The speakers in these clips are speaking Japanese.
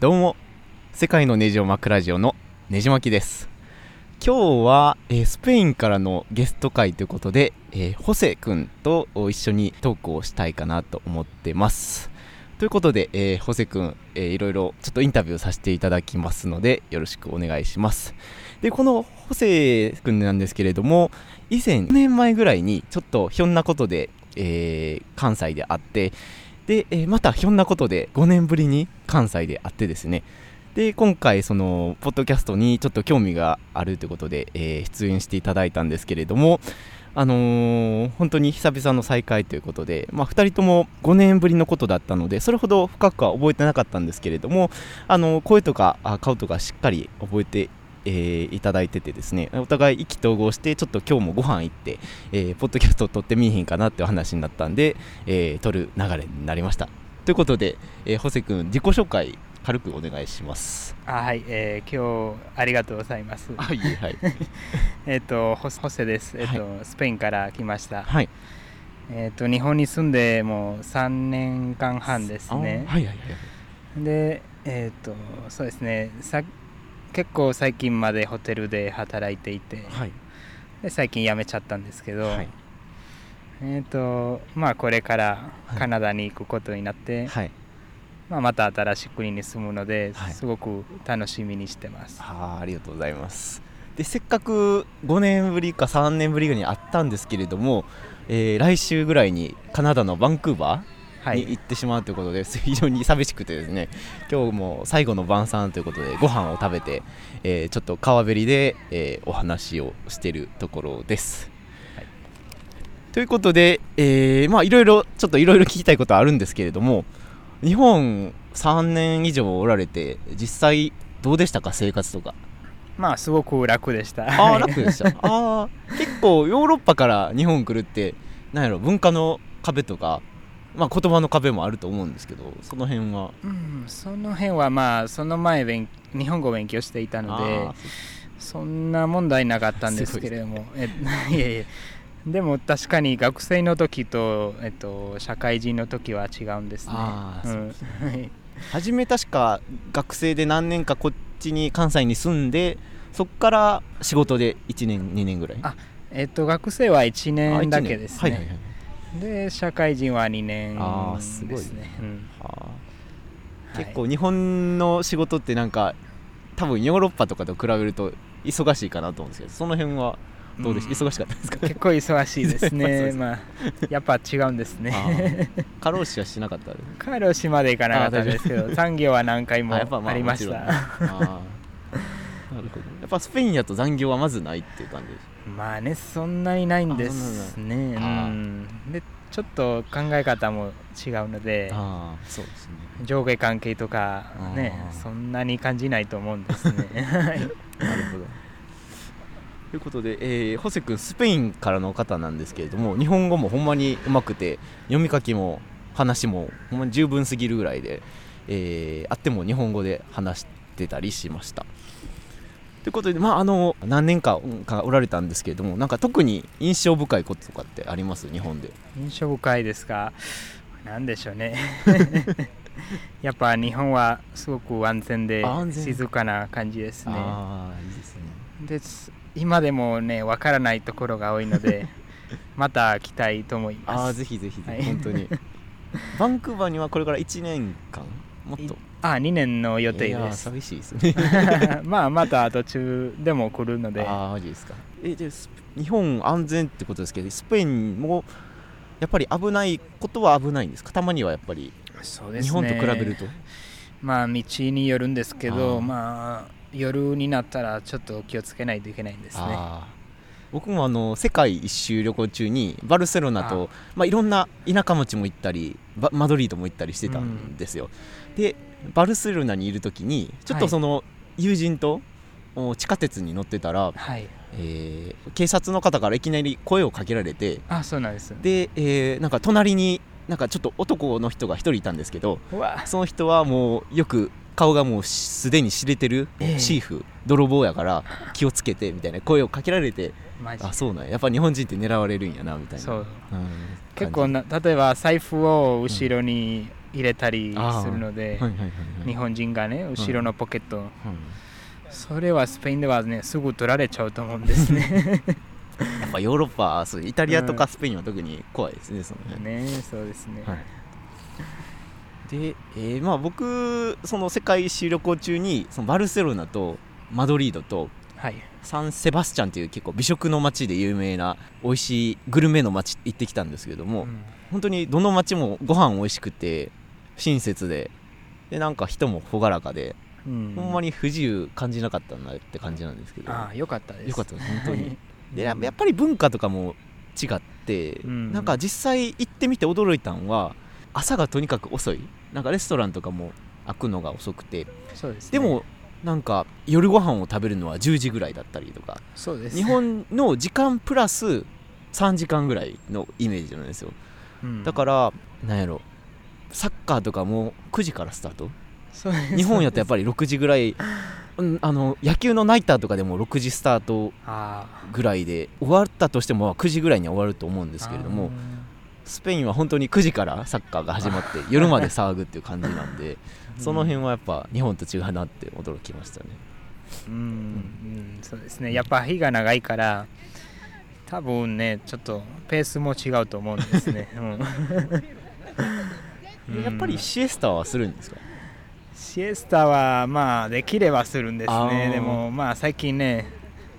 どうも世界のネジを巻くラジオのネジ巻きです今日は、えースペインからのゲスト会ということで、えーホセ君とお一緒にトークをしたいかなと思ってますということで、えーホセ君、えーいろいろちょっとインタビューさせていただきますのでよろしくお願いしますでこのホセ君なんですけれども以前1年前ぐらいにちょっとひょんなことで、えー関西で会ってで、えーまたひょんなことで5年ぶりに関西で会ってですねで今回そのポッドキャストにちょっと興味があるということで、えー出演していただいたんですけれどもあのー本当に久々の再会ということで、まあ、2人とも5年ぶりのことだったのでそれほど深くは覚えてなかったんですけれども、あの声とかあ顔とかしっかり覚えて、えーいただいててですねお互い意気投合してちょっと今日もご飯行って、えーポッドキャストを撮ってみいひんかなってお話になったんで、えー撮る流れになりましたということで、えー、ホセ君自己紹介軽くお願いしますあはい、えー、今日ありがとうございます。はいはいえっ、とホスホセです。えっ、と、スペインから来ました。はいえっ、と日本に住んでもう三年間半ですね。あはいはいはいで、えっ、とそうですね。さ結構最近までホテルで働いていて、はいで最近辞めちゃったんですけど、はいえっ、とまあこれからはいカナダに行くことになって、はいまあまた新しい国に住むので、はいすごく楽しみにしてます。あーありがとうございますでせっかく5年ぶりか3年ぶりに会ったんですけれども、えー来週ぐらいにカナダのバンクーバーはにい。行ってしまうということで、非常に寂しくてですね今日も最後の晩餐ということでご飯を食べて、えーちょっと川べりで、えーお話をしているところです。はいということで、えーまあいろいろちょっといろいろ聞きたいことはあるんですけれども日本3年以上おられて実際どうでしたか生活とかまあすごく楽でした。あはあ い楽でしたあー結構ヨーロッパから日本来るってなんやろ文化の壁とか、まあ、言葉の壁もあると思うんですけどその辺はうんその辺はまあその前勉日本語を勉強していたのであそんな問題なかったんですけれどもえいえいえ でも確かに学生の時と、えっと、社会人の時は違うんですね。あーうんはいー初め確か学生で何年かこっちに関西に住んでそっから仕事で1年2年ぐらいあえっと、学生は1あ一年だけですね、はいはいはいで社会人は2年あーすごいですね。うんはあはい結構日本の仕事ってなんか多分ヨーロッパとかと比べると忙しいかなと思うんですけどその辺はどうでし、うん忙しかったですか結構忙しいです そうでね。すまあ、やっぱ違うんですね。 あー過労死はしなかったですカロシまで行かなかったんですけあ大ど、残業は何回もあやっぱまあありましもちろんた。あーなるほどやっぱスペインやと残業はまずないっていう感じですまあねそんなにないんであすねそんなにないうんでちょっと考え方も違うのでああそうですね上下関係とかねあーそんなに感じないと思うんです ねはいなるほどということで、えーホセ君スペインからの方なんですけれども日本語もほんまにうまくて読み書きも話もほんまに十分すぎるぐらいで、えーあっても日本語で話してたりしましたということで、まあ、あの何年かうんかおられたんですけれどもなんか特に印象深いこととかってあります日本で印象深いですが何でしょ うねやっぱ日本はすごく安全で安全静かな感じですねああいいですねです今でもねわからないところが多いので また来たいと思いますああぜひぜひぜひ、はい本当 にバンクーバーにはこれから1年間もっとあ2年の予定いやーです寂しいですね まあまた途中でも来るのでああマジ ですかえでスペ日本安全ってことですけどスペインもやっぱり危ないことは危ないんですかたまにはやっぱりそうですね日本と比べると、まあ道によるんですけあーどまあ夜になったらちょっと気をつけないといけないんですねあー僕もあの世界一周旅行中にバルセロナとまあ、いろんな田舎町も行ったりバマドリードも行ったりしてたんですよ、でバルセロナにいる時にちょっとその友人とお地下鉄に乗ってたら、はいえー警察の方からいきなり声をかけられてあそうなんですで、えーなんか隣になんかちょっと男の人が1人いたんですけどうわその人はもうよく顔がもうすでに知れてるええチーフ、泥棒やから気をつけてみたいな声をかけられてマジあそうなんややっぱ日本人って狙われるんやなみたいなそううん結構感な例えば財布を後ろに入れたりあーするので、はいはいはいはい日本人がね後ろのポケット、うんそれはスペインではねすぐ取られちゃうと思うんですねやっぱヨーロッパそうイタリアとかスペインは特に怖いですねその辺 ねそうですね、はいで、えーまあ、僕その世界一周旅行中にそのバルセロナとマドリードとはいサンセバスチャンという結構美食の街で有名な美味しいグルメの街行ってきたんですけれども、うん本当にどの街もご飯美味しくて親切ででなんか人も朗らかで、うんほんまに不自由感じなかったなって感じなんですけどああよかったですよかったです本当 にでやうっんぱやっぱり文化とかも違って、うんなんか実際行ってみて驚いたんは朝がとにかく遅いなんかレストランとかも開くのが遅くてそうです、でね、もなんか夜ご飯を食べるのは10時ぐらいだったりとかそうです日本の時間プラス3時間ぐらいのイメージなんですようんだからなんやろサッカーとかも9時からスタートそうです日本やとやっぱり6時ぐら いうんあの野球のナイターとかでも6時スタートあぐらいで終わったとしてもまあ9時ぐらいには終わると思うんでですけれどもスペインは本当に9時からサッカーが始ま って夜まで騒ぐっていう感じなんでその辺はやっぱ日本と違うなって驚きましたね。うん、うんうんそうですねやっぱ日が長いから多分ねちょっとペースも違うと思うんで すね、うんやっぱりシエスタはするんですかシエスタはまあできればするんですあねーでもまあ最近ね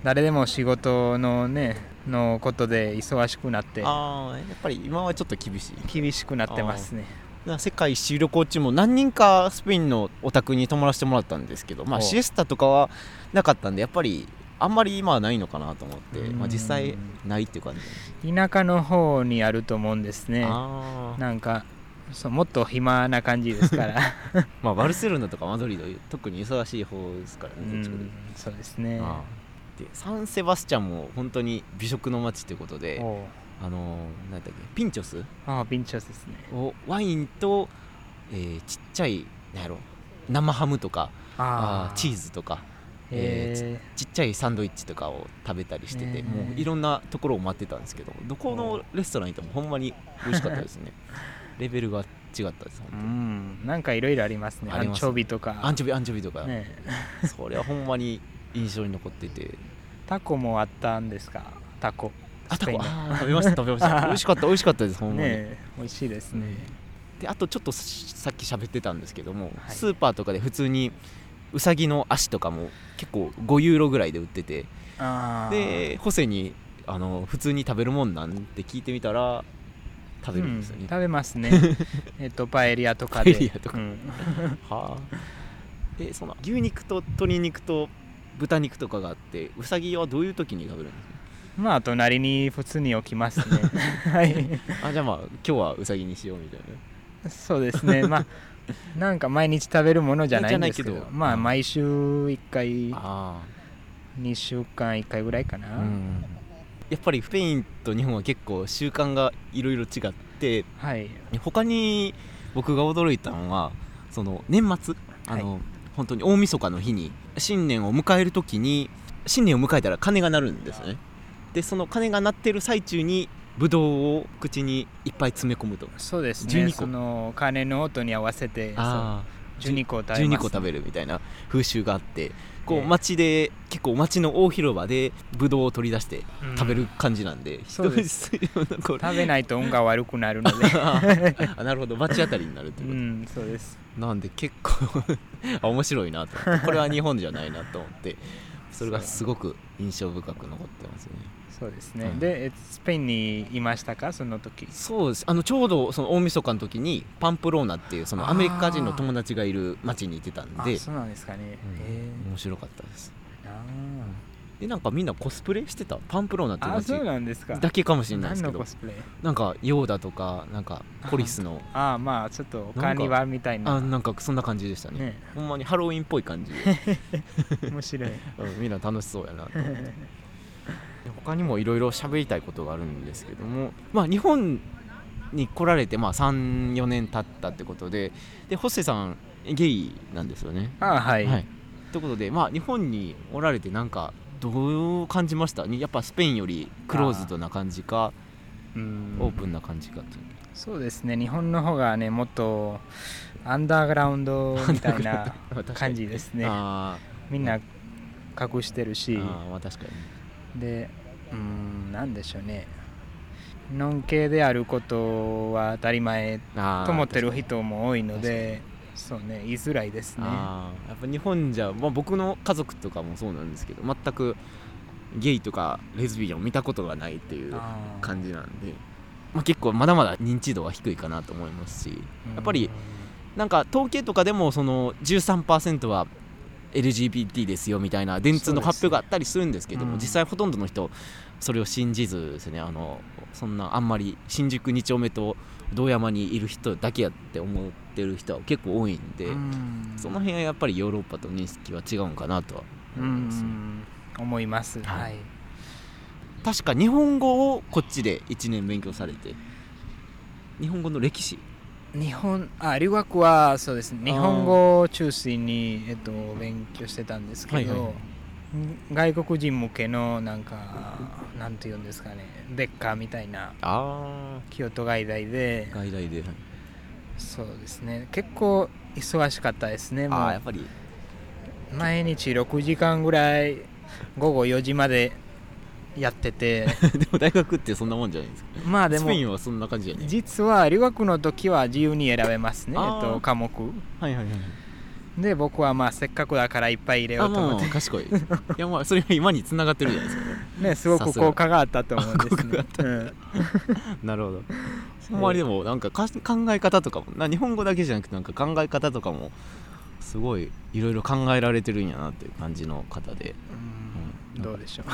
誰でも仕事のねのことで忙しくなってああやっぱり今はちょっと厳しい厳しくなってますねな世界一周旅行中も何人かスペインのお宅に泊まらせてもらったんですけど、まあ、おうシエスタとかはなかったんでやっぱりあんまり今はないのかなと思って、うんまあ、実際ないっていう感じなんです田舎の方にあると思うんですねねあーなんかそうもっと暇な感じですからまあバルセロナとかマドリード特に忙しい方ですからうねどっちかというんとそうですねあーでサンセバスチャンも本当に美食の街ということでおうあのー、なんだっけピンチョスああピンチョスですねをワインと、えーちっちゃいなんやろ生ハムとかあーチーズとかえーへちっちゃいサンドイッチとかを食べたりしてて、ねえもういろんなところを待ってたんですけどどこのレストラン行ってもほんまに美味しかったですねレベルが違ったですえう本んなんかいろいろありますねあアりンますチョビと当にアかンチョビアンチョビとか、ねそれはほんまに印象に残っててタコもあったんですかタコあスたペインこのあー食べました食べました 美味しかった美味しかったですほんまに、ねえ美味しいですね、であとちょっとしさっき喋ってたんですけども、はいスーパーとかで普通にうさぎの足とかも結構5ユーロぐらいで売っててああでホセにあの普通に食べるもんなんて聞いてみたら食べるんですようね、食べますね えっとパエリアとかパエリでアとかうんはあでその牛肉と鶏肉と豚肉とかがあってうさぎはどういう時に食べるんですまあ隣に普通に置き ますねはいかあじゃあまあ今日はうさぎにしようみたいなそうですねまあなんか毎日食べるものじゃないんですけどじゃないけどまあうん毎週1回あ2週間1回ぐらいかあな、うんやっぱりスペインと日本は結構習慣がいろいろ違ってはい他に僕が驚いたのはその年末あの、本当に大晦日の日に新年を迎える時に新年を迎えたら鐘が鳴るんですねでその鐘が鳴ってる最中にブドウを口にいっぱい詰め込むとそうです12ね個その鐘の音に合わせてそうあ12個食べます、 12個食べるみたいな風習があってこえうえ街で結構街の大広場でブドウを取り出してうん食べる感じなんで、そう人で質のこれ食べないと音が悪くなるの であなるほど街当たりになるとういうこと、んそうですなんで結構 あ面白いなと思ってこれは日本じゃないなと思ってそれがすごく印象深く残ってますねそうですね、うんでえスペインにいましたかその時そうですあのちょうどその大晦日の時にパンプローナっていうそのアメリカ人の友達がいる街にいてたんあで、そうなんですかね、うんへ面白かったですえなでなんかみんなコスプレしてたパンプローナっていうああそう街なんですかだけかもしれないで何すけのどコスプレなんかヨーダとかなんかポリスのああまあちょっとカーニバルみたいなあなんかそんな感じでしたねねほんまにハロウィンっぽい感じで面白 いうんみんな楽しそうやな と思ってで他にもいろいろ喋りたいことがあるんですけどもまあ日本に来られてまあ34年経ったってことででホッセさんゲイなんですよねああはい、はい、ということで、まあ、日本におられてなんかどう感じましたにやっぱスペインよりクローズドな感じかうんオープンな感じかというそうですね日本の方がねもっとアンダーグラウンドみた いな感じですねあみんな隠してるしーあーまあ確かにでうーんなんでしょうねノン系であることは当たり前あーと思ってる確かに人も多いのでそうね言いづらいですねあーやっぱ日本じゃ、まあ、僕の家族とかもそうなんですけど全くゲイとかレズビアンを見たことがないっていうあー感じなんで、まあ、結構まだまだ認知度は低いかなと思いますしやっぱりなんか統計とかでもその13%は LGBT ですよみたいな電通の発表があったりするんですけども、そうですね実際ほとんどの人それを信じずですねあのそんなあんまり新宿2丁目と堂山にいる人だけやって思ってる人は結構多いんで、うんその辺はやっぱりヨーロッパと認識は違うんかなとは思いますね、うん思いますははいい確か日本語をこっちで1年勉強されて日本語の歴史日本あ留学はそうですね日本語を中心に、えっと、勉強してたんですけど、はいはい外国人向けのなんかなんて言うんですかねデッカーみたいなあ京都外大であ外来で、そうですね結構忙しかったですねもああやっうぱり 毎日6時間ぐらい午後4時までやって てでも大学ってそんなもんじゃないですかまあでスもペインはそんな感じじゃない実は留学の時は自由に選べますね、あえーっと、科目はいはいはいで僕はまあせっかくだからいっぱい入れよあうと思もっうて賢いいやまあそれが今に繋がってるじゃないですか、ね、すごさくすが効果があったと思うんで効す果があねっ。う んなるほどうほんまにでもなんかか考え方とかもな日本語だけじゃなくてなんか考え方とかもすごいいろいろ考えられてるんやなっていう感じの方でうんどうでしょ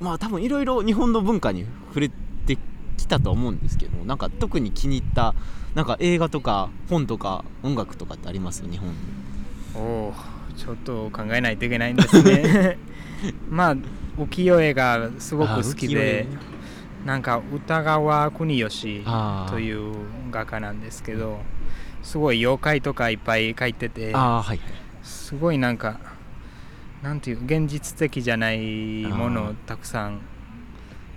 う。まあ多分いろいろ日本の文化に触れてきたと思うんですけどもなんか特に気に入ったなんか映画とか本とか音楽とかってあります日本おお、ちょっと考えないといけないんで すね。まあ、浮世絵がすごく好きで、なんか歌川国吉あーという画家なんですけど、すごい妖怪とかいっぱい描いてて、ああはいはいすごいなんか、なんていう、現実的じゃないものをたくさん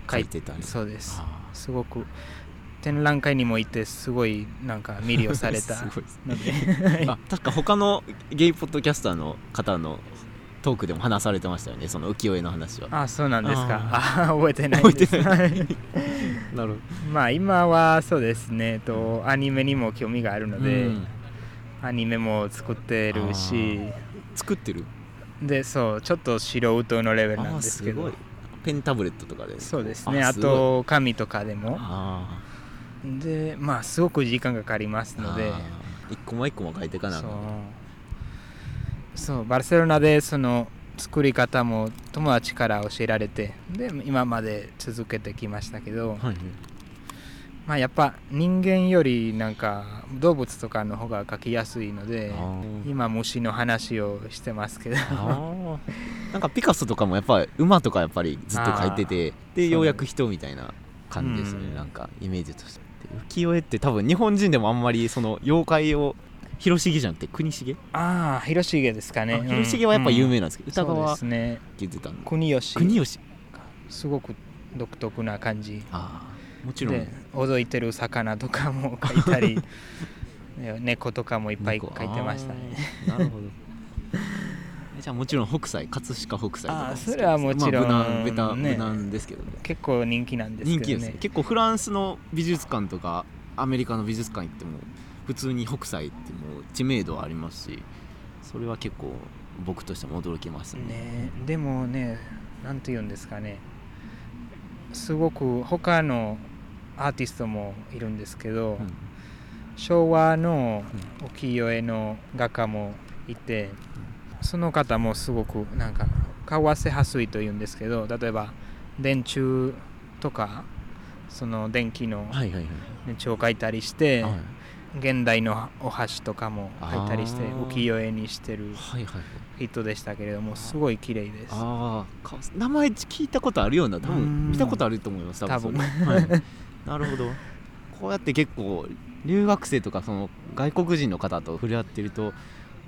描書いいて、てたりそうです。あすごく展覧会にも行ってすごいなんか魅了され たすごいですのでーあ確か他のゲイポッドキャスターの方のトークでも話されてましたよねその浮世絵の話は あそうなんですかああ覚えてないです覚えてないはいなる まあ今はそうですねえっとアニメにも興味があるので、アニメも作ってるし作ってるでそうちょっと素人のレベルなんですけあーどすごいペンタブレットとかでそうですねあすごいと紙とかでもあでまあすごく時間がかかりますーのであー一個も一個も書いていかなあそかうんそうバルセロナでその作り方も友達から教えられてで今まで続けてきましたけど、はいまあ、やっぱ人間よりなんか動物とかの方が描きやすいのであー今虫の話をしてますけどあーなんかピカソとかもやっぱり馬とかやっぱりずっと書いててでそうようやく人みたいな感じですね、うんなんかイメージとして浮世絵って多分日本人でもあんまりその妖怪を広重じゃなくて国重、 ああ広重ですかねあ広重はやっぱ有名ななんですけど、歌川そうっでてすね言ってたの国吉国吉すごく独特な感じああもちろんで驚いてる魚とかも描い たりね猫とかもいっぱい描いてましたねあーなる ほどえじゃあもちろん北斎葛飾北斎とかあーそれはもちろんまあ、無難無難,、ね無難ですけどね結構人気なんですけど人気ねですね結構フランスの美術館とかアメリカの美術館行っても普通に北斎ってもう知名度はありますしそれは結構僕としても驚きますねねでもねなんて言うんですかねすごく他のアーティストもいるんですけうど、ん昭和の浮世絵の画家もいてその方もすごくなんか為替破水というんですけど例えば電柱とかその電気のはいはいはい、電柱を描いたりして、はい現代のお箸とかも描いたりしてあー浮世絵にしてるはいはいはい人でしたけれどもすごい綺麗ですああか名前聞いたことあるような多う分ん見たことあると思います多分多それ はい、なるほどこうやって結構留学生とかその外国人の方と触れ合ってると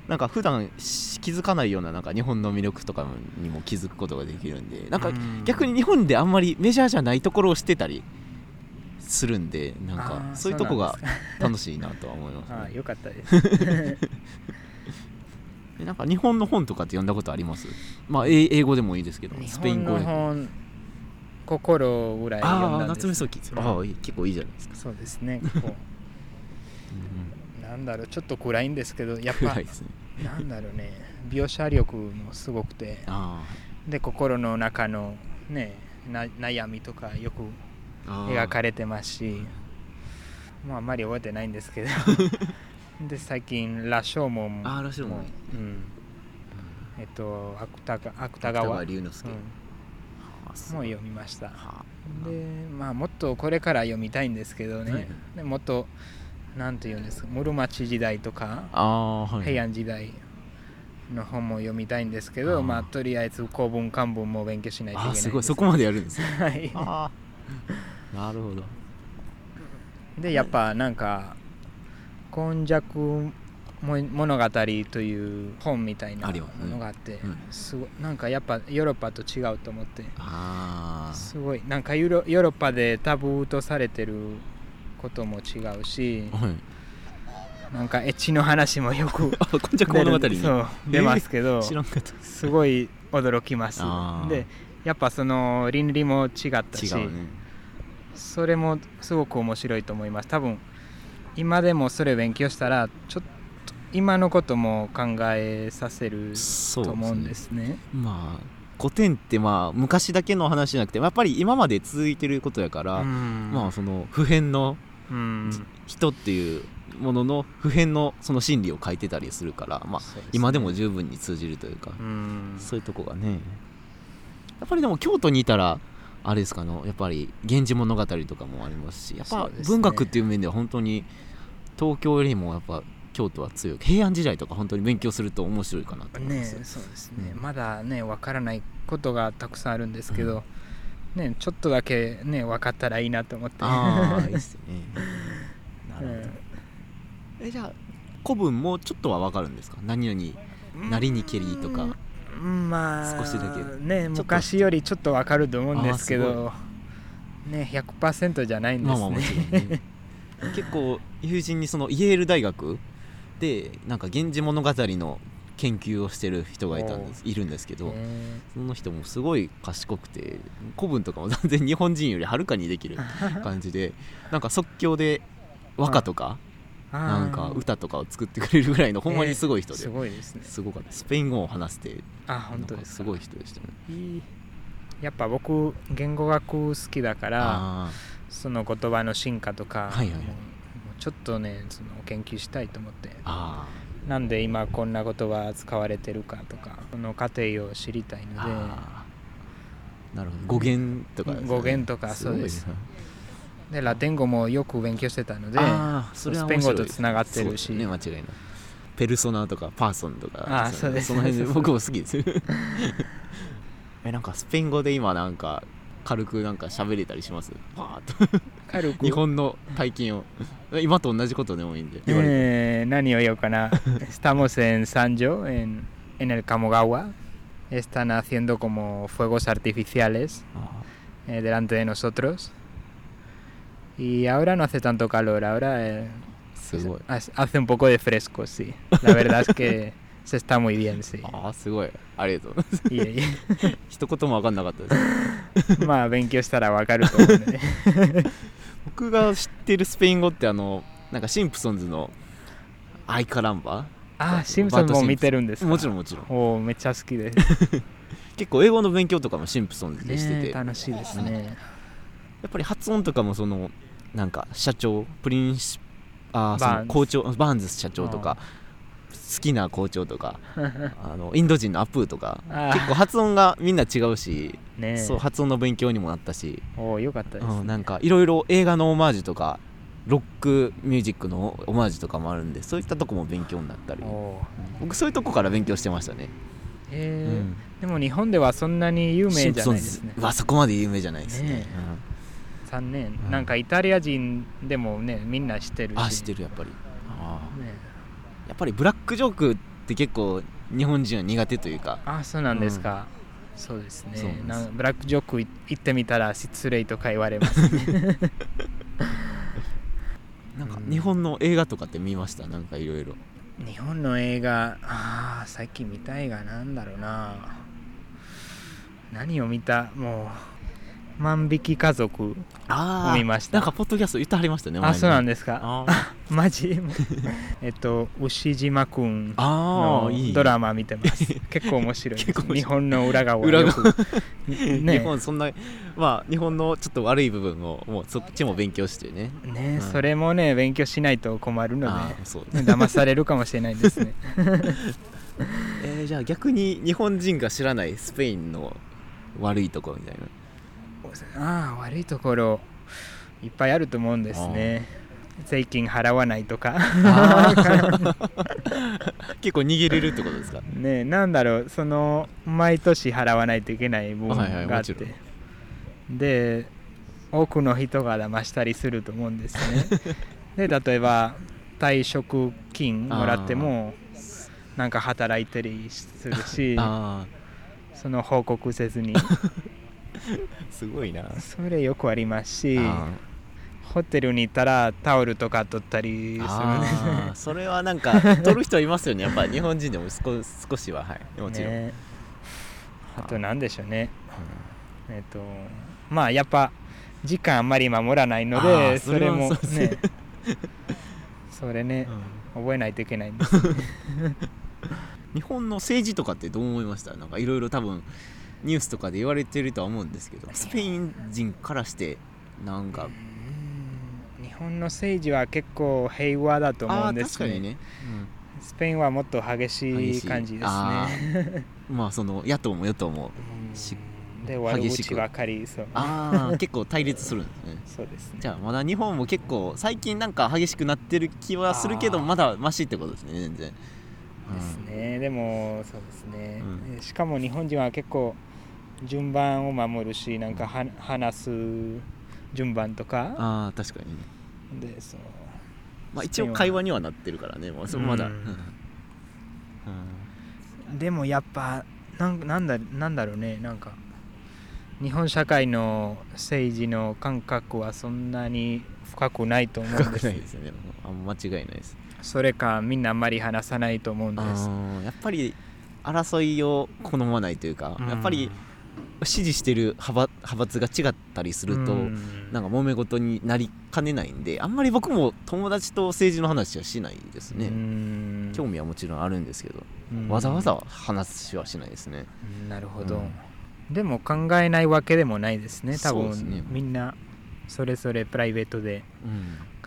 なんか普段し気づかないようななんか日本の魅力とかにも気づくことができるんでなんかうん逆に日本であんまりメジャーじゃないところをしてたりするんでなんあかーそういうとこがそなんです楽しいなとは思い ますかあねーよかったですえなんか日本の本とかって読んだことありますまあえ英語でもいいですけど ス日ペイン本語のでも本心ぐらい読んああだんで夏す目漱石それああいい結構いいじゃないですか、そうですねこう なんだろうちょっと暗いんですけどやっぱ暗いですねなんだろうね描写力もすごくてあで心の中のねな悩みとかよくーあ描かれれてますしまああんまり覚えてないんです けどで最近ラショーモンあーラショーモンうんえっと芥川芥芥川川龍之介、うんあーすもごうい読みましたはでまあもっとこれから読みたいんですけどね、はいでもっとなんていうんですか室町時代とかああーはい平安時代の本も読みたいんですけどあーまあとりあえず公文漢文も勉強しないといけあーないすごいそこまでやるんですね はいああ なるほどでやっぱなんか「今昔物語」という本みたいなあるよもうんのがあってうんすごいなんかやっぱヨーロッパと違うと思ってああすごいなんかヨーロヨーロッパでタブーとされてることも違うしはいなんかエッチの話も よくあ今昔物語出にるそう出ますけど、知らんかったすごい驚きますあーでやっぱその倫理も違ったし、違うねそれもすごく面白いと思います多分今でもそれ勉強したらちょっと今のことも考えさせるそとうですね思うんですねまあ古典ってまあ昔だけの話じゃなくてやっぱり今まで続いてることやから、うんまあその普遍のうん人っていうものの普遍のその心理を書いてたりするから、まあ、そうすね今でも十分に通じるというか、うんそういうとこがねやっぱりでも京都にいたらあれですかのやっぱり「源氏物語」とかもありますしやっそぱうですね文学っていう面では本当に東京よりもやっぱ京都は強い平安時代とか本当に勉強すると面白いかなと思いまねす、そうですね、うんまだねわからないことがたくさんあるんですけど、ねちょっとだけね分かったらいいなと思ってあ あいいっすよねなるほど、うんえじゃあ古文もちょっとは分かるんですか何々なりにけりとかうんまあ少しだけちねょっと昔よりちょっとわかると思うんですけあーすどね100%じゃないんでまあますあもちろんねね 結構友人にそのイェール大学でなんか「源氏物語」の研究をしてる人がいたんですいるんですけど、ねその人もすごい賢くて古文とかも全然日本人よりはるかにできる感じでなんか即興で和歌とかあーなんか歌とかを作ってくれるぐらいのほんまにすごい人で、すごいですねすごかったスペイン語を話してあ本当ですすかごい人でしたねいいやっぱ僕言語学好きだからあその言葉の進化とはいか、はいはいもうちょっとねその研究したいと思ってーあなんで今こんな言葉使われてるかとかその過程を知りたいのーであーなるほど語源とかですね語源とかそうですごいなでラテン語もよく勉強してたのであーそスれはペイ面ン白語いとつながってるし、そうですね間違いないペルソナとかパーソンとかあーそうですその辺でそうそう僕も好きです えなんかスペイン語で今なんか軽くなんか喋れたりし ますパーッと軽く日本の体験を今と同じことでもいいんで言われて、 Eh, Nani Oyokana. Estamos en Sanjo, en, en el Kamogawa. Están haciendo como fuegos artificiales あ eh, delante de nosotros. Y ahora no hace tanto calor, ahora eh, ーすごい has- hace un poco de fresco, sí. La verdad es que se está muy bien, sí. ああすごいありがとうございます Y, y- 一言も分かんなかったです ma, ven que estará bacaro todo, ¿eh? 僕が知ってるスペイン語ってあのなんかシンプソンズのアイカランバ Ah, Simpson Simpson. も Momiterundes. ちろんもちろん Oh, me chasqui de. 結構英語の勉強とかもシンプソンズでしてて、や así, っぱり発音とかもそのなんか社長プリンシあーそのバーンズ校長バーンズ社長とか好きな校長と かあのインド人のアップーとかあー結構発音がみんな違うし、ねそう発音の勉強にもなったし、おーよかったです、ねうん、なんかいろいろ映画のオマージュとかロックミュージックのオマージュとかもあるんでそういったとこも勉強になったりおー僕そういうとこから勉強してましたね、うへん、ーでも日本ではそんなに有シ名ンじプゃソないンですズねはそこまで有名じゃないですねねうん残念、うんなんかイタリア人でもねみんな知ってるしあ知ってる、るやっぱりあね、ーやっぱりブラックジョークって結構日本人は苦手というかあそうなんですか、そうですそうなんねです なんブラックジョークい行ってみたら失礼とか言われますねなんか日本の映画とかって見ましたなんかいろいろ日本の映画あー最近見た映画なんだろうな何を見たもう万引き家族あ見ましたなんかポッドキャスト言ってはりましたねあそうなんでですかあーマジ えっと牛島くんあのーいいドラマ見てます 結構面白いです結構面白い日本の裏側を裏よ側く日ね本そんなまあ日本のちょっと悪い部分をもうそっちも勉強してねね、うんそれもね勉強しないと困るのあーそうで、ね騙されるかもしれない ですねえーじゃあ逆に日本人が知らないスペインの悪いところみたいなああ悪いところいっぱいあると思うんですね税金払わないとか 結構逃げれるってことですかねなんだろうその毎年払わないといけない分はいはいがもあっちて、ろで多くの人が騙したりすると思うんですね で例えば退職金もらってもなんか働いたりするし あその報告せずに あすごいなそれよくありますしあホテルにいたらタオルとか取ったりするーんですねあーそれはなん か取る人はいますよねやっぱ日本人でも少少しははいもちろん、ねあと何でしょうねえっ、とまあやっぱ時間あんまり守らないのあでーそれもそれはそうねそれねう、ん覚えないといけないんです日本の政治とかってどう思いましたなんかいろいろ多分ニュースとかで言われてるとは思うんですけどスペイン人からしてなんか日本の政治は結構平和だと思あうあんーで確すかねにね、スペインはもっと激うんしい感じですあねーまあその野党も与党もしうんで悪激し口くばかりそうああ結構対立するんですねそうですねじゃあまだ日本も結構最近なんか激しくなってる気はするけどあーまだマシってことですね全然ですね、でもそうですね、うしかも日本人は結構順番を守るしなんかは話す順番とうんかああ確かにね、でそうまあ、一応会話にはなってるからねもうそまだ、うんうんでもやっぱなんなんだなんだろうねなんか日本社会の政治の感覚はそんなに深くないと思うん深くですないですよねあんま間違いないですそれかみんなあんまり話さないと思うんですあーやっぱり争いを好まないというか、やっぱり支持してる派閥派閥が違ったりすすると、なんか揉め事になりかねないんであんまり僕も友達と政治の話はしないですね、ね興味はもちろんあるんですけど、わざわざ話はしないですねなるほど、うんでも考えないわけでもないですね多そう分ですねみんなそれぞれプライベートで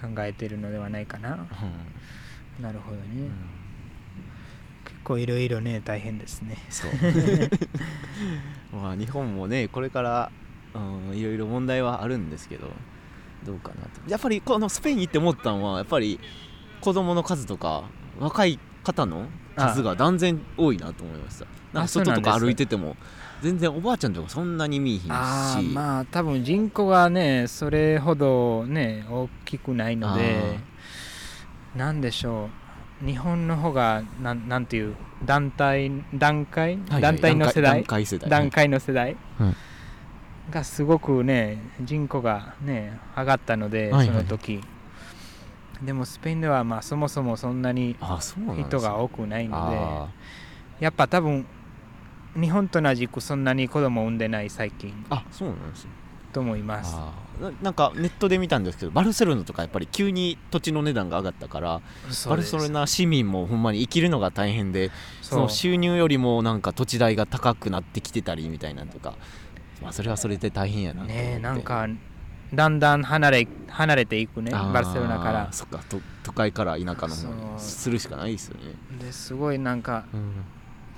うん、考えてるのではないかななるほどね、うん結構いろいろね大変ですねそう まあ日本もねこれから、うん、いろいろ問題はあるんですけどどうかなとやっぱりこのスペイン行って思ったのはやっぱり子供の数とか若い方の数が断然多いなと思いましたなんかそう外なんとですか歩いてても全然おばあちゃんとかそんなに見えひんしああまあ多分人口がねそれほどね大きくないのでなんでしょう日本の方がなんなんていう団体団塊、はいはい団体の世代団塊世代段階の世代はいがすごくね人口がね上がったので、はいはいその時でもスペインではまあそもそもそんなにあーそうなんですね人が多くないのあでやっぱ多分日本と同じくそんなに子供産んでない最近ーあそうなんですねと思いますななんかネットで見たんですけどバルセロナとかやっぱり急に土地の値段が上がったからそバうでルセすロナ市民もほんまに生きるのが大変でそそうの収入よりもなんか土地代が高くなってきてたりみたいなのとか、まあ、それはそれで大変やなと思ってねなんかだんだん離れ離れていくねあーバルセロナからそっかと都会から田舎の方そうにするしかないですよね、ですごいなんかうん、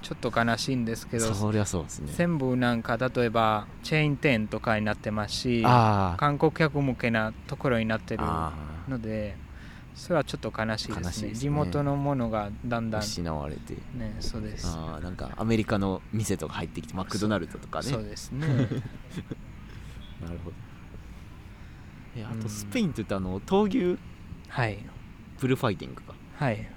ちょっと悲しいんですけどそりゃそうですね全部なんか例えばチェーン店とかになってますしあー観光客向けなところになってるあのでそれはちょっと悲しいですね悲しいですね地元のものがだんーだん失われてねそうですあーなんかアメリカの店とか入ってきてマクドナルドとかねそうですねなるほどえあうとんスペインって言ったあの闘牛はいプルファイティングかはい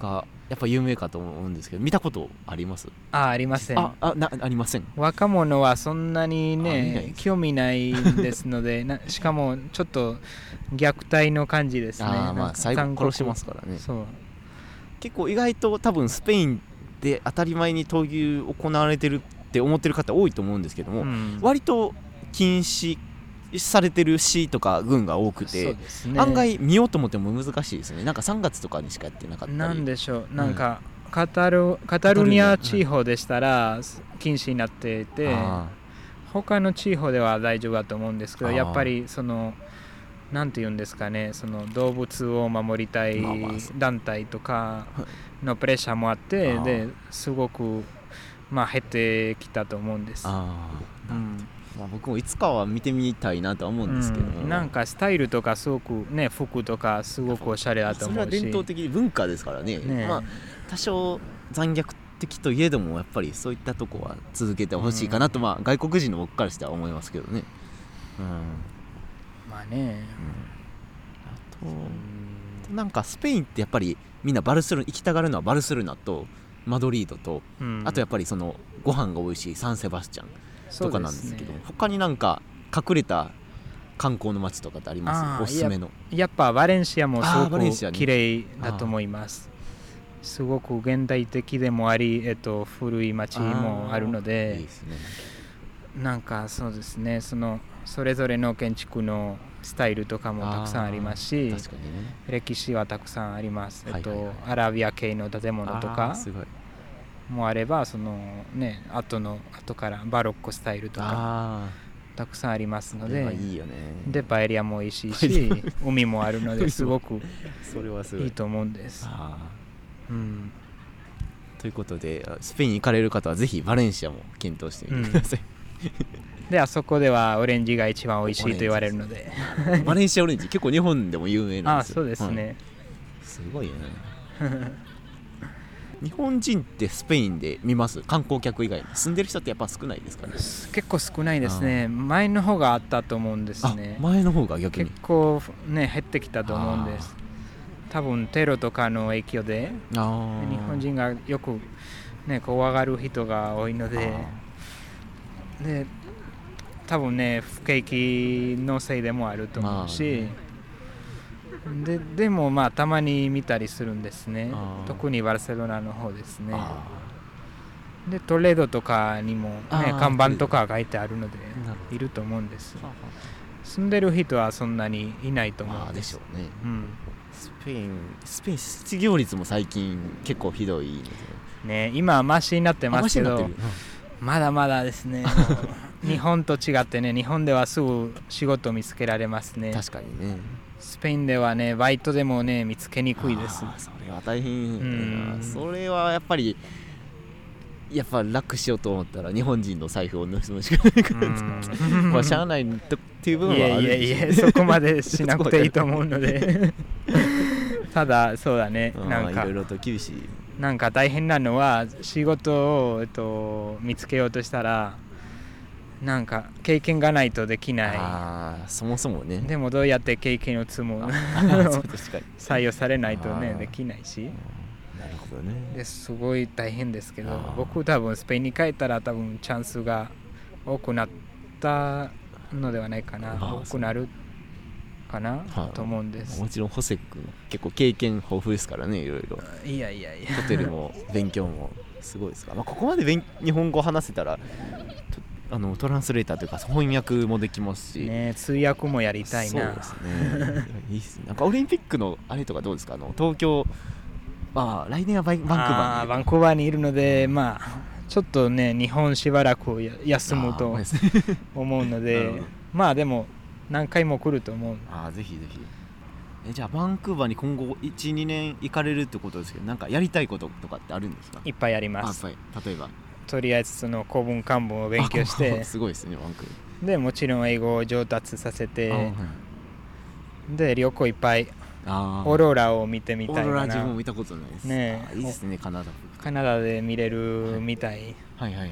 がやっぱ有名かと思うんですけど見たことありますあありませんああなありません若者はそんなにあ見ないんねです興味ないんですの でなしかもちょっと虐待の感じですねああまなんあか最後韓国殺しますからねそう結構意外と多分スペインで当たり前に闘牛行われてるって思ってる方多いと思うんですけども、うん割と禁止されてる市とか郡が多くて、そうですね案外見ようと思っても難しいですねなんか3月とかにしかやってなかったりなんでしょうなんか、カタルカタルニア地方でしたら禁止になっていてあ他の地方では大丈夫だと思うんですけどあーやっぱりそのなんて言うんですかねその動物を守りたいまあまあ団体とかのプレッシャーもあってあーですごくまあ減ってきたと思うんですー。あー、うんまあ、僕もいつかは見てみたいなとは思うんですけども、うんなんかスタイルとかすごくね服とかすごくおしゃれだとそれ思はうし伝統的文化ですからねねまあ、多少残虐的といえどもやっぱりそういったとこは続けてほしいかなと、まあ、外国人の僕からしては思いますけどね。うんまあね、うん、あとなんかスペインってやっぱりみんなバルセロナ行きたがるのはバルセロナとマドリードと、うんあとやっぱりそのご飯が美味しいサンセバスチャンとかなんですけどそうね他になんか隠れた観光の街とかってありまあーすおすすめの。やっぱバレンシアもすあごーバレンシアくね綺麗だと思います。すごく現代的でもあり、えっと、古い町もあるのいいでで、すねなんかそうですね、そのそれぞれの建築のスタイルとかもたくさんありますし、確かにね歴史はたくさんあります。えっと、はいはいはいアラビア系の建物とあーかすごいもあれば、そのね、後の後からバロッコスタイルとかあたくさんありますあのそれはで、いいよねでパエリアも美味しいパエリし、海もあるのですごくそれはすごいいいと思うんです。あうん、ーということであスペイン行かれる方はぜひバレンシアも検討してみてください、であそこではオレンジが一番美味しいと言われるので バレンシアオレンジ結構日本でも有名なんあですよそうですはいね、すごいよね 日本人ってスペインで見ます観光客以外に住んでる人ってやっぱ少ないですかねす結構少ないですね前の方があったと思うんですあね前の方が逆に結構ね減ってきたと思うんです多分テロとかの影響であー日本人がよくね怖がる人が多いのあでーで多分ね不景気のせいでもあると思うし、ででもまあたまに見たりするんですねあー特にバルセロナの方ですねあでトレードとかにも、ねあー、看板とか書いてあるのでなるほいると思うんですー住んでる人はそんなにいないと思まうあんですしょうねうんスペインスペイン失業率も最近結構ひどいですよねね、今はマシになってますけあマシにどなってるまだまだです ね日本と違ってね日本ではすぐ仕事を見つけられますうんね確かにねスペインではねバイトでもね見つけにくいですあーそれは大変だなうんそれはやっぱりやっぱ楽しようと思ったら日本人の財布を盗むしかないから、う んまあしゃあないとっていう部分いはやあるいんやでいしょうねやそこまでしなくていいと思う のでただそうだねうんなんまあかいろいろと厳しいなんか大変なのは仕事を、えっと、見つけようとしたらなんか経験がないとできなあーそもそもねいでもどうやって経験を積むあそう確かに 採用されないとあねーできないしなるほどねですごい大変ですけあどー僕多分スペインに帰ったら多分チャンスが多くなったのではないかあなー多くなるかなはいと思うんですもちろんホセ君結構経験豊富ですからねいろいろいやいやいやホテルも勉強もすごいですから、 まあ、ここまで勉日本語を話せたらとあのトランスレーターというか翻訳もできますし、ね通訳もやりたいなそうですねいやいいですねなんかオリンピックのあれとかどうですかあの東京まあ来年はバイバンクーバあーバンクーバーにいるので、まあ、ちょっとね、日本しばらくや休 むあーとまあですね思うなのるほでど、まあでも、何回も来ると思う。あーぜひぜひえじゃあバンクーバーに今後12年行かれるってことですけどなんかやりたいこととかってあるんですかいっぱいありあまやっす。ぱり例えばとりあえず、その古文漢文を勉強しあ て、すごいですねバンクーで、もちろん英語を上達させバーて、で、旅行いっぱい、あーオーロラを見てみオたいーロラか自分もな。見たことないですねえあーいいですねカナダカナダで見れるみたい。はいはいはい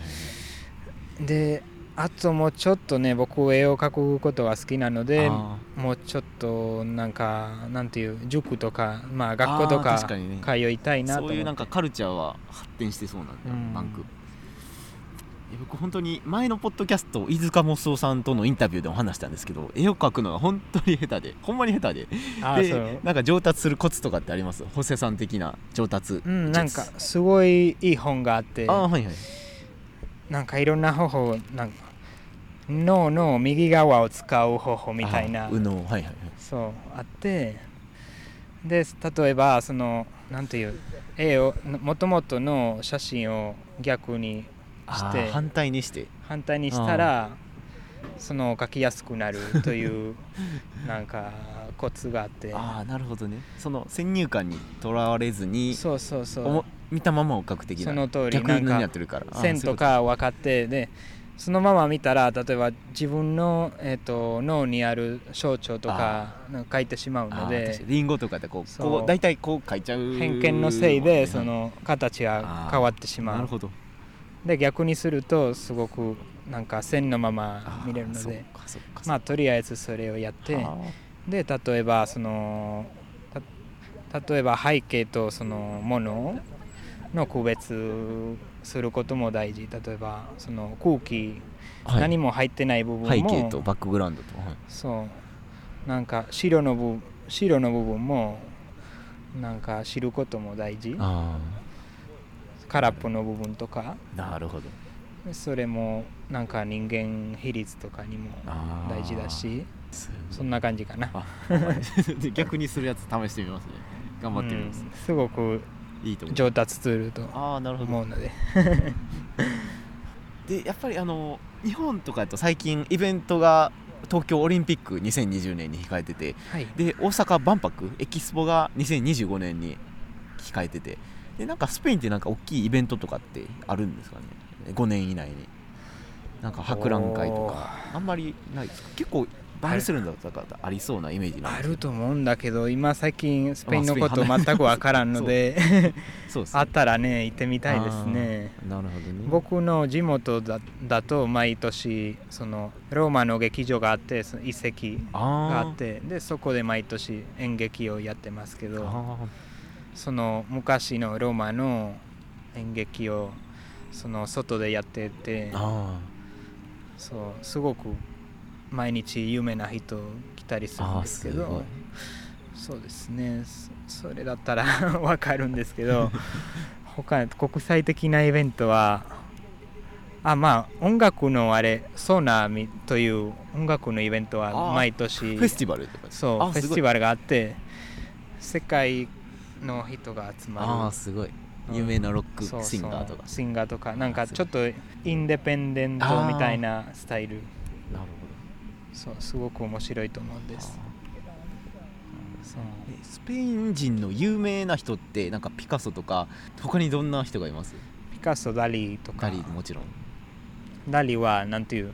で、あともうちょっとね僕絵を描くことが好きなのであもうちょっとなんかなんていう塾とかまあー学校とあーか確かにね通いたいなとそういう思なっんてかカルチャーは発展してそうなんだ、うんバンクいや僕本当に前のポッドキャスト飯塚も夫さんとのインタビューでも話したんですけど絵を描くのが本当に下手 でほんまに下手であーそうでなんか上達するコツとかってありますホセさん的な上達うん、なんか術すごいいい本があってあーはいはいなんかいろんな方法なんか脳の右側を使う方法みたいあなー右脳はいはいはいそうあってで例えばそのなんていう絵をもともとの写真を逆にあしてー反対にして反対にしたらその描きやすくなると いうなんかコツがあってああなるほどねその先入観にとらわれずにそうそうそおもう見たままを描く的なその通り逆になんかやってるからあー線とか分かってでそのまま見たら例えば自分の、えっと脳にある象徴とかなんか書いてしまうそういうことあのー確かでにリンゴとかでこうそうこう大体こう描いちゃう偏見のせいもんねでその形が変わってしなまるうほどで逆にするとすごくなんか線のままあー見れるのそうでかそうかまあとりあえずそれをやってはーで例えばそのた例えば背景とそのものの区別することも大事例えばその空気はい何も入ってない部分も背景とバックグラウンドと、はいそうなんか白の部白の部分もなんか知ることも大事あ空っぽの部分とかあなるほどそれもなんか人間比率とかにもあー大事だしすごいそんな感じかなあ はい逆にするやつ試してみますね頑張ってみますうん、すごくいいと思う上達ツールとああなるほど思うのででやっぱりあの日本とかだと最近イベントが東京オリンピック2020年に控えててはいで大阪万博エキスポが2025年に控えててでなんかスペインってなんか大きいイベントとかってあるんですかね5年以内になんか博覧会とおかあんまりないですか結構バルセロナとかありそうなイメージなんあですけどると思うんだけど今最近スペインのこと全くわからんのでそうです あねったらね行ってみたいですねなるほどね僕の地元だだと毎年そのローマの劇場があってその遺跡がああってでそこで毎年演劇をやってますけーどあーその昔のローマの演劇をその外でやっててあそうすごく毎日有名な人来たりすーるんあーですすけごどいそうですねそそれだったら わかるんです けど他国際的なイベントはあまあ音楽のあれソーナーみという音楽のイベントあはー毎年フェスティバルとかですそうフあェスティバルがあって世界の人が集ああまるすごいうん有名なロックそうそうシンガーとかシンガーとかなんかすちごょいっとインデペンデントみたいなスタイルなるほそうすごく面白いと思うんどですそうえスペイン人の有名な人ってなんかピカソとか他にどんな人がいますピカソダリーとかダリーもちろんダリはなんていう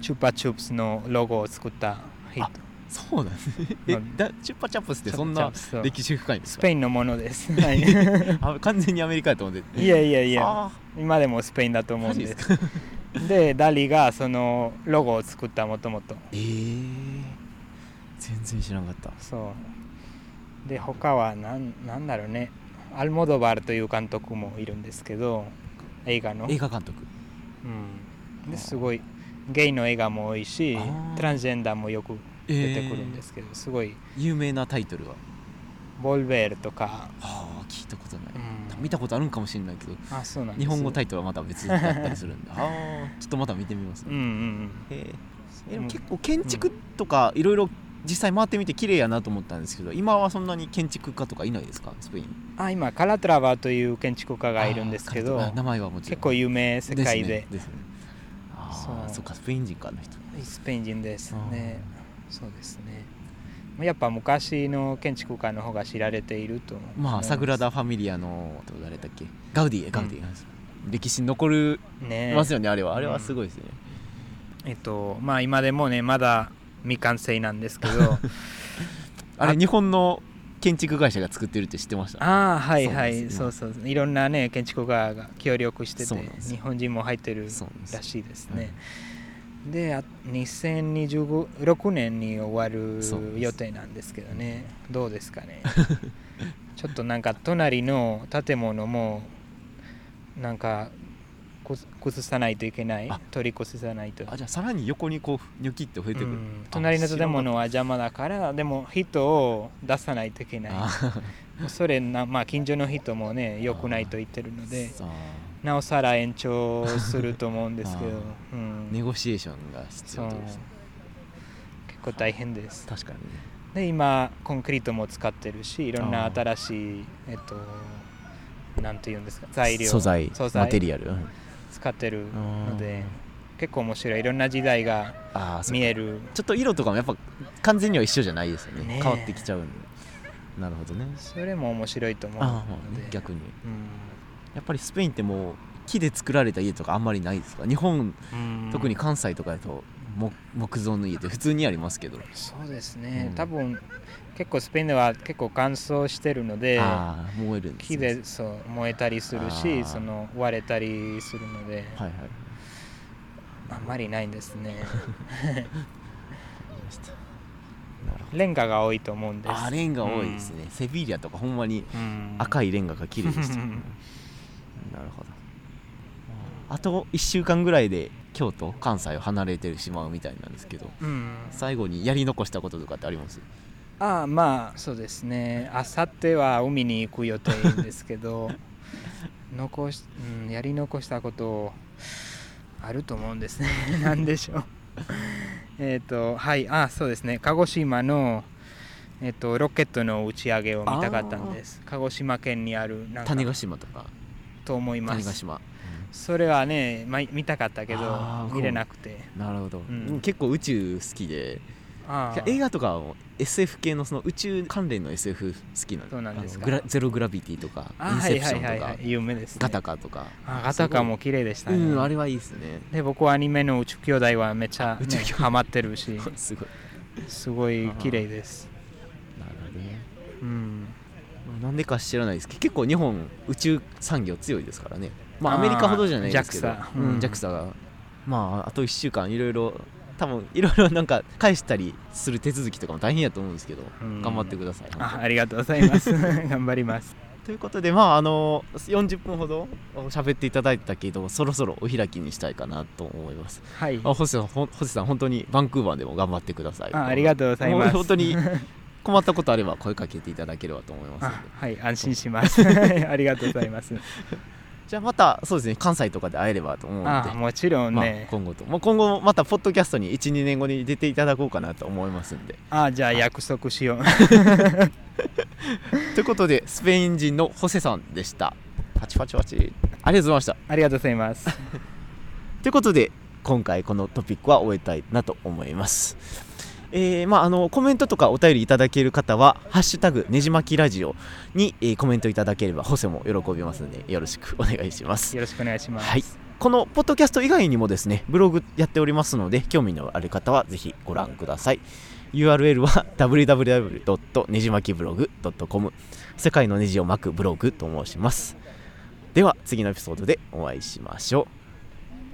チュパチュプスのロゴを作った人あそうなんですねえまあだチュッパチャップスってそんチュなパチャプス歴史深いんですスかペインのも のです。はい、 いあ完全にアメリカやと思ってやいやいや、あ今でもスペインだとー思うマんジで。ですすかで、ダリがそのロゴを作ったもともと。えー全然知らなかったそう。で、他はなんなんだろうね。アルモドバルという監督もいるんですけど、映画の。映画監督うん、ですごいゲイの映画も多いしあー、トランジェンダーもよく出てくるんですすけど、すごい、有名なタイトルはボルベールとか、あー聞いたことないうん見たことあるんかもしれないけどあ、そうなんです日本語タイイトルはまた別だったりする んでああちょっとまた見てみます、うんうんうん。えーでうもん結構建築とかいろいろ実際回ってみて綺麗やなと思ったんですけど今はそんなに建築家とかいないですかスペインあ今カラトラバという建築家がいるんですけどあー彼とあ名前はもちろん結構有名世界でですねですねああそうそっかスペイン人かあの人スペイン人ですねそうですねまあやっぱ昔の建築家の方が知られていると思いまあすサグラダ・ファミリアのと誰だっけガウディガウディ、歴史に残りねますよねあれはあれはすごいですね、えっとまあ今でもねまだ未完成なんです けどあれ日本の建築会社が作ってるって知ってましたああはいはそうなんいですそうそういろんなね建築家が協力してそうてなんです日本人も入ってるそうなんですらしいですねであ2026年に終わそうでるす予定なんですけどねどうですかね ちょっとなんか隣の建物もなんかこ崩さないといけないあ取り崩さないとあじゃあさらに横にこうニョキッと増えてくる、うん隣の建物は邪魔だからでも人を出さないといけないあーそれなまあ近所の人もね良くないと言ってるのでさあなおさら延長すると思うんですけど あ、うん、ネゴシエーションが必そ要うとですね結構大変です確かにねで今コンクリートも使ってるしいろんなあー新しいえっとなんていうんですか材料素材素材マテリアルうん使ってるのうでん結構面白いいろんな時代がああそう見えるちょっと色とかもやっぱ完全には一緒じゃないですよねねえ変わってきちゃうんでなるほどねそれも面白いと思うああ、まあのねで、逆にうんやっぱりスペインってもう木で作られた家とかあんまりないですか日本、うん特に関西とかだと木木造の家って普通にありますけど、そうですね、うん多分結構スペインでは結構乾燥してるのでああ燃えるんです木ねでそう燃えたりするしあーその割れたりするので、はいはいわかあんまりないんです ねりましたなるほどレンガが多いと思うんですああレンガ多いですね、セビリアとかほんまに赤いいレンガが綺麗でした、うんなるほどあと1週間ぐらいで京都関西を離れてしまうみたいなんですけどうん、最後にやり残したこととかってありますああまあそうですねあさっては海に行く予定ですけ ど残し、うん、やり残したことあると思うんですね 何 でしょうえっとはいあそうですね鹿児島のえっとロケットの打ち上げを見たかったんです鹿児島県にあるなんか種子島とかと思いま種子す島、それはね、ま、見たかったけどあー僕も見れなくてなるほど、ん結構宇宙好きであー映画とかも SF 系のその宇宙関連の SF 好きなのそうなんですかあのグラゼログラビティとかあインセプションとか、はいはいはいはい有名です、ね、ガタカとかあガタカも綺麗でしすたごいね、うんあれはいいですねで僕はアニメの宇宙兄弟はめちゃ、宇宙ね兄、弟ハマって るしすごいすごい綺麗ですなるほどねうんなんでか知らないですけど結構日本宇宙産業強いですからねまああアーメリカほどじゃないですけど JAXA うんうん JAXA がまああと1週間いろいろ多分いろいろなんか返したりする手続きとかも大変やと思うんですけどうん頑張ってください、あありがとうございます 頑張りますということでまああの40分ほど喋っていただいたけどそろそろお開きにしたいかなと思いますはいあ星さんほん星さん本当にバンクーバーでも頑張ってくださいあありがとうございますもう本当に困ったことあれば声かけていただければと思いますの あではい安心 しますありがとうございますじゃあまたそうですね関西とかで会えればと思うのであもちろんまあね、今後と、まあ、今後もまたポッドキャストに12年後に出ていただこうかなと思いますんであじゃあ約束しよう ということでスペイン人のホセさんでしたパチパチパチありがとうございましたありがとうございますということで今回このトピックは終えたいなと思いますえーまあ、あのコメントとかお便りいただける方は「ハッシュタグねじまきラジオに」えーコメントいただければホセも喜びますのでよろしくお願いしますよろしくお願いします、はい、このポッドキャスト以外にもですねブログやっておりますので興味のある方はぜひご覧ください URL は www. ねじまきブログ .com 世界のネジを巻くブログと申しますでは次のエピソードでお会いしましょう